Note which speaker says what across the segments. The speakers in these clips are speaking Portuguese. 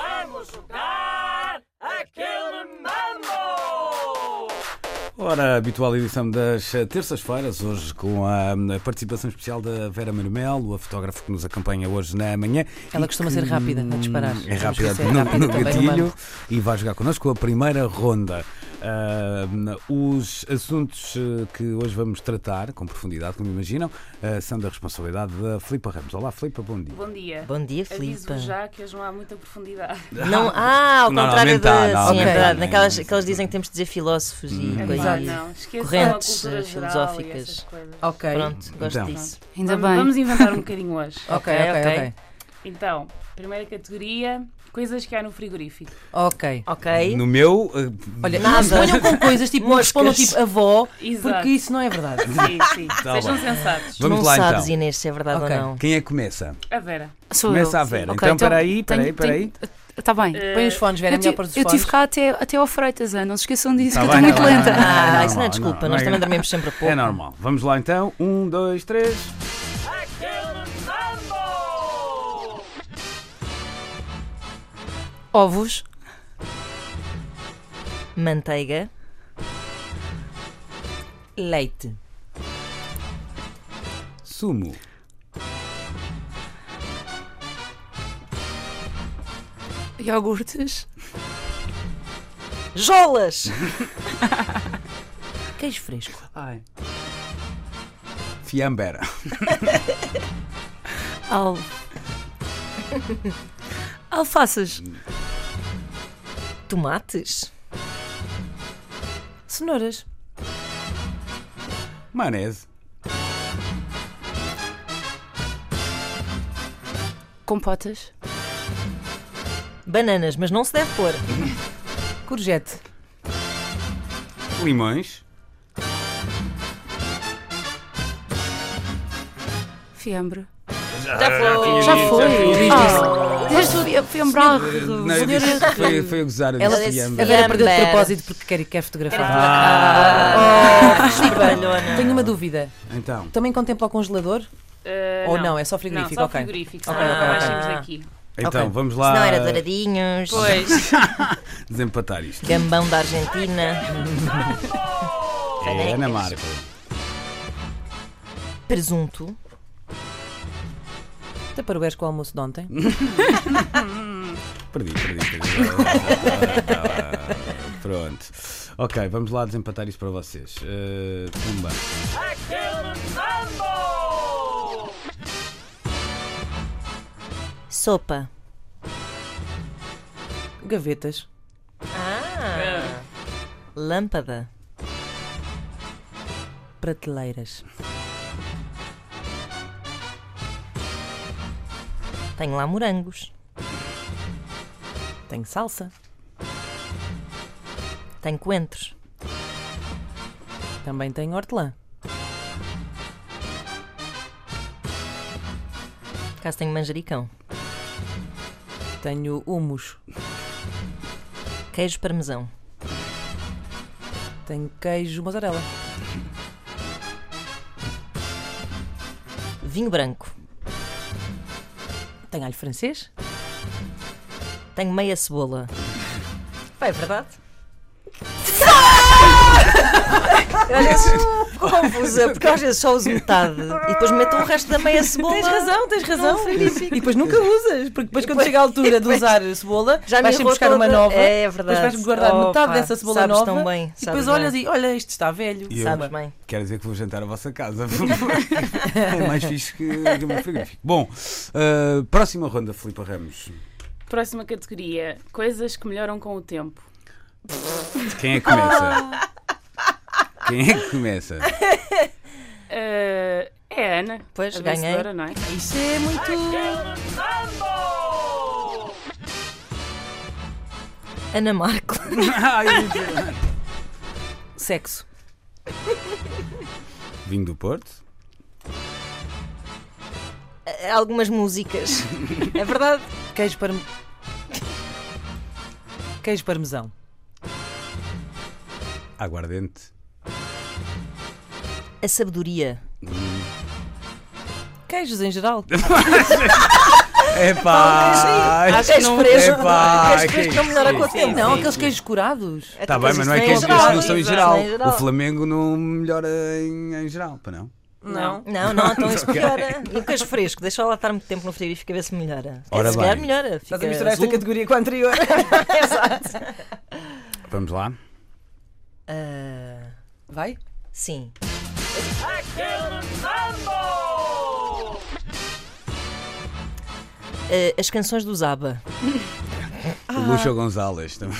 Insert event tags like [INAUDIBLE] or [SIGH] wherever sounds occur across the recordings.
Speaker 1: vamos jogar aquele mambo!
Speaker 2: Ora, a habitual edição das eh, terças-feiras, hoje com a, hum, a participação especial da Vera Marmelo, a fotógrafa que nos acompanha hoje na manhã.
Speaker 3: Ela
Speaker 2: e
Speaker 3: costuma
Speaker 2: que,
Speaker 3: ser rápida a disparar.
Speaker 2: É
Speaker 3: Temos que
Speaker 2: rápida
Speaker 3: ser
Speaker 2: no,
Speaker 3: rápida
Speaker 2: no
Speaker 3: também,
Speaker 2: gatilho
Speaker 3: humano.
Speaker 2: e vai jogar connosco a primeira ronda. Ah, os assuntos eh, que hoje vamos tratar, com profundidade, como imaginam, eh, são da responsabilidade da Filipa Ramos. Olá, Filipa, bom dia.
Speaker 4: Bom dia.
Speaker 3: Bom dia, Filipa.
Speaker 4: Aviso-vos já que hoje não há muita profundidade.
Speaker 2: [LAUGHS]
Speaker 5: Não, ah, ao contrário
Speaker 2: Normalmente
Speaker 5: de.
Speaker 2: há,
Speaker 5: sim,
Speaker 2: normalmente
Speaker 5: é
Speaker 2: há,
Speaker 5: verdade.
Speaker 2: né?
Speaker 5: Naquelas,
Speaker 2: Sim,
Speaker 5: aquelas
Speaker 2: sim, sim.
Speaker 5: dizem que temos de dizer filósofos e
Speaker 2: Hum.
Speaker 4: [LAUGHS] Epá,
Speaker 5: coisas. assim.
Speaker 4: não, esqueçam
Speaker 5: correntes,
Speaker 4: a cultura
Speaker 5: eh,
Speaker 4: geral
Speaker 5: filosóficas.
Speaker 4: e essas coisas.
Speaker 3: Ok.
Speaker 5: Pronto, gosto
Speaker 2: Então.
Speaker 5: disso.
Speaker 3: Ainda
Speaker 4: vamos,
Speaker 3: bem.
Speaker 4: vamos
Speaker 3: [LAUGHS]
Speaker 4: inventar um bocadinho hoje.
Speaker 3: Ok,
Speaker 5: Ok,
Speaker 3: ok, ok.
Speaker 5: ok.
Speaker 4: Então, primeira categoria, coisas que há no frigorífico.
Speaker 3: Ok.
Speaker 5: Ok.
Speaker 2: No meu, eh,
Speaker 3: Olha, não ponham com coisas tipo, não
Speaker 5: [LAUGHS]
Speaker 3: respondam
Speaker 5: Moscas.
Speaker 3: tipo avó,
Speaker 4: Exato.
Speaker 3: porque isso não é verdade.
Speaker 4: Sim,
Speaker 3: [LAUGHS]
Speaker 4: sim.
Speaker 2: Tá
Speaker 4: Sejam
Speaker 2: bom.
Speaker 4: sensatos.
Speaker 5: Tu
Speaker 2: vamos
Speaker 5: não
Speaker 2: lá
Speaker 5: sabes,
Speaker 2: então.
Speaker 5: Inês, se é verdade
Speaker 3: Ok.
Speaker 5: ou não.
Speaker 2: Quem é que começa?
Speaker 4: A Vera.
Speaker 6: Sou
Speaker 2: Começa
Speaker 6: eu.
Speaker 2: a Vera.
Speaker 6: Ok,
Speaker 2: Então, peraí, peraí,
Speaker 6: tenho-
Speaker 2: peraí.
Speaker 6: Está bem.
Speaker 3: Põe os fones, Vera, é
Speaker 6: Eh, eu, ti-
Speaker 3: melhor para os
Speaker 6: eu
Speaker 3: fones.
Speaker 6: tive cá até, até ao Freitas, ah, não se esqueçam disso,
Speaker 2: Tá
Speaker 6: que eu
Speaker 2: bem,
Speaker 6: estou muito
Speaker 2: tá bem,
Speaker 6: lenta.
Speaker 2: tá bem.
Speaker 5: Ah,
Speaker 2: não,
Speaker 5: isso não
Speaker 2: não,
Speaker 5: é desculpa,
Speaker 2: não,
Speaker 5: nós
Speaker 2: é-
Speaker 5: também dormimos sempre a pouco.
Speaker 2: É normal. Vamos lá então. Um, dois, três.
Speaker 4: Aquele mambo!
Speaker 6: Ovos,
Speaker 5: Manteiga. Leite.
Speaker 2: Sumo.
Speaker 6: iogurtes,
Speaker 2: [LAUGHS]
Speaker 5: Jolas! Queijo fresco.
Speaker 2: Fiambera. [LAUGHS]
Speaker 6: [LAUGHS] al... alfaces,
Speaker 5: Tomates.
Speaker 3: Cenouras,
Speaker 2: Maionese.
Speaker 6: compotas,
Speaker 5: Bananas, mas não se deve pôr.
Speaker 3: courgette,
Speaker 2: Limões.
Speaker 6: fiambre.
Speaker 2: Ah, Já,
Speaker 5: foi.
Speaker 6: Já
Speaker 2: tinha
Speaker 6: foi.
Speaker 2: dito,
Speaker 6: Ah, mas tu- eu- fiambre, ah,
Speaker 2: Não, eu disse- foi, foi a gozar. eu
Speaker 5: Ela
Speaker 2: disse
Speaker 5: disse
Speaker 3: A
Speaker 2: fiambre.
Speaker 3: Vera perdeu de
Speaker 5: Amber.
Speaker 3: propósito porque quer, quer fotografar.
Speaker 5: Ah, Filipa,
Speaker 3: Tenho uma dúvida.
Speaker 2: Então,
Speaker 3: Também contempla o congelador?
Speaker 4: Eh,
Speaker 3: Ou não, é só frigorífico,
Speaker 4: Não, só
Speaker 3: ok.
Speaker 4: frigorífico,
Speaker 3: Ok,
Speaker 4: senão
Speaker 5: ok, ok.
Speaker 4: baixamos daqui.
Speaker 2: então
Speaker 3: Ok.
Speaker 2: vamos
Speaker 5: Se
Speaker 2: lá
Speaker 5: não era douradinhos.
Speaker 4: Pois.
Speaker 2: desempatar isto.
Speaker 5: Gambão da Argentina.
Speaker 2: É, Ana Marco.
Speaker 5: Presunto.
Speaker 3: Até para o Beres com o almoço de ontem.
Speaker 2: Perdi, perdi. perdi. Ah, Pronto. Ok, vamos lá desempatar isto para vocês. Eh, Pumba.
Speaker 4: Aquele mambo!
Speaker 5: Sopa.
Speaker 3: Gavetas,
Speaker 5: Ah. Lâmpada.
Speaker 3: prateleiras,
Speaker 5: Tenho lá morangos.
Speaker 3: tenho salsa,
Speaker 5: Tenho coentros.
Speaker 3: também tenho hortelã.
Speaker 5: Caso tenho manjericão.
Speaker 3: Tenho humus,
Speaker 5: Queijo parmesão.
Speaker 3: tenho queijo mozzarella,
Speaker 5: Vinho branco.
Speaker 3: tenho alho francês,
Speaker 5: Tenho meia cebola. Pá, é verdade? Olha, eu sou confusa, porque eu às vezes só uso metade e depois meto o resto da meia cebola.
Speaker 3: Tens razão, tens razão. E depois nunca usas, porque depois quando chega a altura de usar cebola,
Speaker 5: Já me
Speaker 3: vais
Speaker 5: enrolou
Speaker 3: sempre buscar uma
Speaker 5: toda.
Speaker 3: nova.
Speaker 5: É, é verdade.
Speaker 3: Depois vais-me guardar metade
Speaker 5: Opa,
Speaker 3: dessa cebola
Speaker 5: sabes
Speaker 3: nova.
Speaker 5: tão bem,
Speaker 3: e
Speaker 5: sabes
Speaker 3: depois olhas
Speaker 5: bem.
Speaker 3: e olha, isto está velho.
Speaker 2: E eu-
Speaker 5: Sabes bem.
Speaker 2: Quer dizer que vou jantar a vossa casa. [LAUGHS] é mais fixe que o meu frigorífico. Bom, eh, próxima ronda, Filipe Ramos.
Speaker 4: Próxima categoria, coisas que melhoram com o tempo.
Speaker 2: Quem é que [LAUGHS] começa? Quem é que [LAUGHS] começa?
Speaker 4: Eh, é a Ana.
Speaker 5: Pois,
Speaker 4: a
Speaker 5: ganhei.
Speaker 4: vencedora, Não é?
Speaker 3: Isto é muito.
Speaker 5: Ana Marco.
Speaker 3: Sexo,
Speaker 2: Vinho do Porto.
Speaker 5: Algumas músicas. É verdade?
Speaker 3: queijo parme... Queijo parmesão,
Speaker 2: Aguardente.
Speaker 5: A sabedoria.
Speaker 3: queijos em geral,
Speaker 2: Epá!
Speaker 5: Há queijo fresco.
Speaker 2: Epá,
Speaker 5: Queijo fresco
Speaker 2: que
Speaker 5: não melhora com o
Speaker 2: isso,
Speaker 5: tempo.
Speaker 3: Não,
Speaker 2: sim,
Speaker 3: aqueles
Speaker 2: sim.
Speaker 3: queijos curados.
Speaker 2: Tá bem, mas não é que
Speaker 5: queijo
Speaker 2: esses não são em geral.
Speaker 5: Em
Speaker 2: O Flamengo não melhora em, em geral, para não?
Speaker 5: Não, não, não, então
Speaker 2: [LAUGHS]
Speaker 5: isso melhora. E o queijo fresco, deixa lá estar muito tempo no frigorífico a ver se melhora.
Speaker 2: Ora
Speaker 5: se calhar
Speaker 2: bem.
Speaker 5: melhora. Fica
Speaker 3: Estás a misturar esta
Speaker 5: azul.
Speaker 3: categoria com a anterior.
Speaker 2: Vamos lá.
Speaker 5: Ah,
Speaker 3: Vai?
Speaker 5: sim.
Speaker 1: Aquele mambo!
Speaker 5: Ah, as canções do Zaba.
Speaker 2: O Luxo Gonzalez também.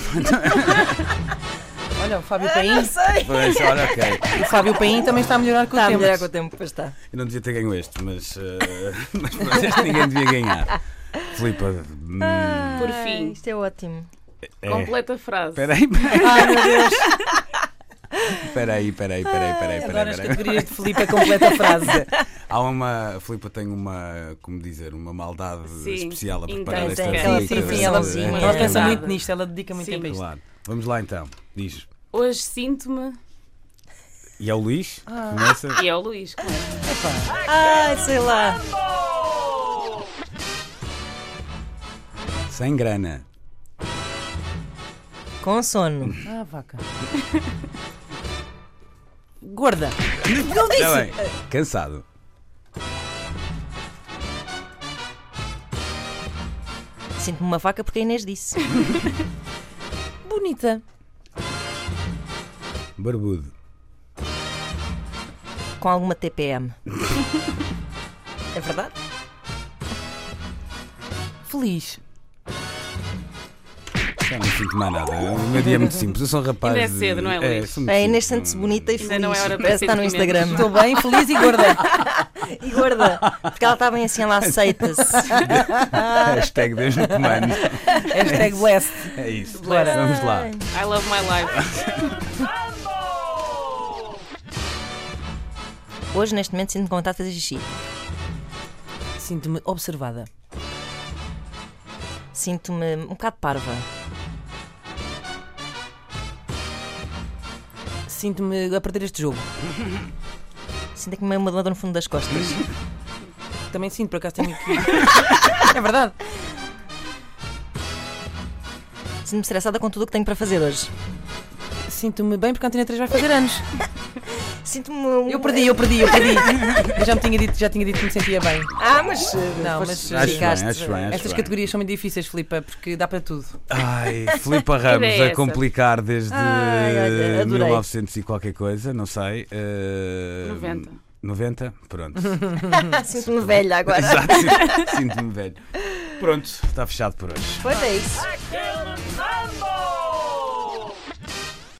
Speaker 3: Olha, o
Speaker 5: É,
Speaker 3: Fábio Paim.
Speaker 2: Pois, ora, ok.
Speaker 3: O Fábio
Speaker 5: [LAUGHS]
Speaker 3: Paim também está a melhorar com o
Speaker 5: Está a
Speaker 3: tempo.
Speaker 5: melhorar com o tempo, pois está.
Speaker 2: Eu não devia ter ganho este, mas, eh, [LAUGHS] mas pronto, este ninguém devia ganhar. Filipa, hum,
Speaker 4: Por fim,
Speaker 5: Isto é ótimo.
Speaker 2: é-
Speaker 4: completa a frase.
Speaker 2: Peraí, peraí. Peraí, peraí, peraí, peraí,
Speaker 3: Agora
Speaker 2: peraí, peraí.
Speaker 3: as categorias de Filipe é completa a frase.
Speaker 2: Há uma. A Filipa tem uma, como dizer, uma maldade
Speaker 4: Sim,
Speaker 2: especial a
Speaker 4: então,
Speaker 2: preparar esta
Speaker 5: tem.
Speaker 2: rubrica.
Speaker 3: Sim, sim, sim,
Speaker 5: ela-
Speaker 4: Sozinha.
Speaker 3: Ela pensa
Speaker 4: É.
Speaker 3: muito nisto, ela dedica muito
Speaker 4: Sim.
Speaker 3: tempo a isto.
Speaker 2: Claro. Vamos lá então. Diz.
Speaker 4: Hoje sinto-me.
Speaker 2: E é o Luís? Começa.
Speaker 4: E é o Luís, claro.
Speaker 5: Ai, sei [LAUGHS] lá.
Speaker 2: Sem grana.
Speaker 5: Com sono.
Speaker 3: Ah, vaca. [LAUGHS] Gorda.
Speaker 5: Não
Speaker 2: Está
Speaker 5: disse.
Speaker 2: bem. Cansado.
Speaker 5: Sinto-me uma vaca porque a Inês disse.
Speaker 3: Bonita.
Speaker 2: Barbudo.
Speaker 5: Com alguma TPM. É verdade?
Speaker 3: Feliz.
Speaker 2: Já não sinto mais nada. O meu dia é muito simples. Eu sou um rapaz.
Speaker 4: Ainda é cedo, não é, Luís?
Speaker 2: sou muito
Speaker 5: A Inês
Speaker 2: simples.
Speaker 5: sente-se bonita e feliz.
Speaker 4: Ainda não é hora para
Speaker 5: Parece estar no
Speaker 4: sentimentos.
Speaker 5: Instagram.
Speaker 3: Estou bem, feliz e gorda.
Speaker 5: [LAUGHS] E gorda. Porque ela está bem assim, ela aceita-se.
Speaker 2: [LAUGHS] Hashtag Deus no comando.
Speaker 3: Hashtag blessed.
Speaker 2: É isso.
Speaker 4: Bora.
Speaker 2: Vamos lá.
Speaker 4: I love my life.
Speaker 5: Hoje, neste momento, sinto-me com vontade de fazer xixi.
Speaker 3: Sinto-me observada.
Speaker 5: Sinto-me um bocado parva.
Speaker 3: Sinto-me a perder este jogo.
Speaker 5: Sinto que meio uma dor no fundo das costas.
Speaker 3: Também sinto, por acaso
Speaker 5: [LAUGHS]
Speaker 3: tenho aqui. É verdade.
Speaker 5: Sinto-me estressada com tudo o que tenho para fazer hoje.
Speaker 3: Sinto-me bem porque a Antena 3 vai fazer anos.
Speaker 5: Sinto-me. um-
Speaker 3: Eu perdi, eu [LAUGHS] perdi, eu perdi. Eu já, me tinha dito, já tinha dito que me sentia bem.
Speaker 5: Ah, mas. eh,
Speaker 3: Não,
Speaker 5: foste-
Speaker 3: mas-
Speaker 2: Acho bem,
Speaker 5: ficaste-
Speaker 2: acho bem.
Speaker 3: Estas
Speaker 2: bem.
Speaker 3: categorias são muito difíceis, Filipa, porque dá para tudo.
Speaker 2: Ai, Filipa Ramos a
Speaker 4: essa?
Speaker 2: complicar desde
Speaker 5: Ai, olha, adorei.
Speaker 2: 1900 e qualquer coisa, não sei. eh,
Speaker 4: 90.
Speaker 2: 90? Pronto.
Speaker 5: Sinto-me velha agora.
Speaker 2: Exato, sinto- sinto-me velho. Pronto, está fechado por hoje.
Speaker 5: Pois é isso.
Speaker 1: Aquele mambo!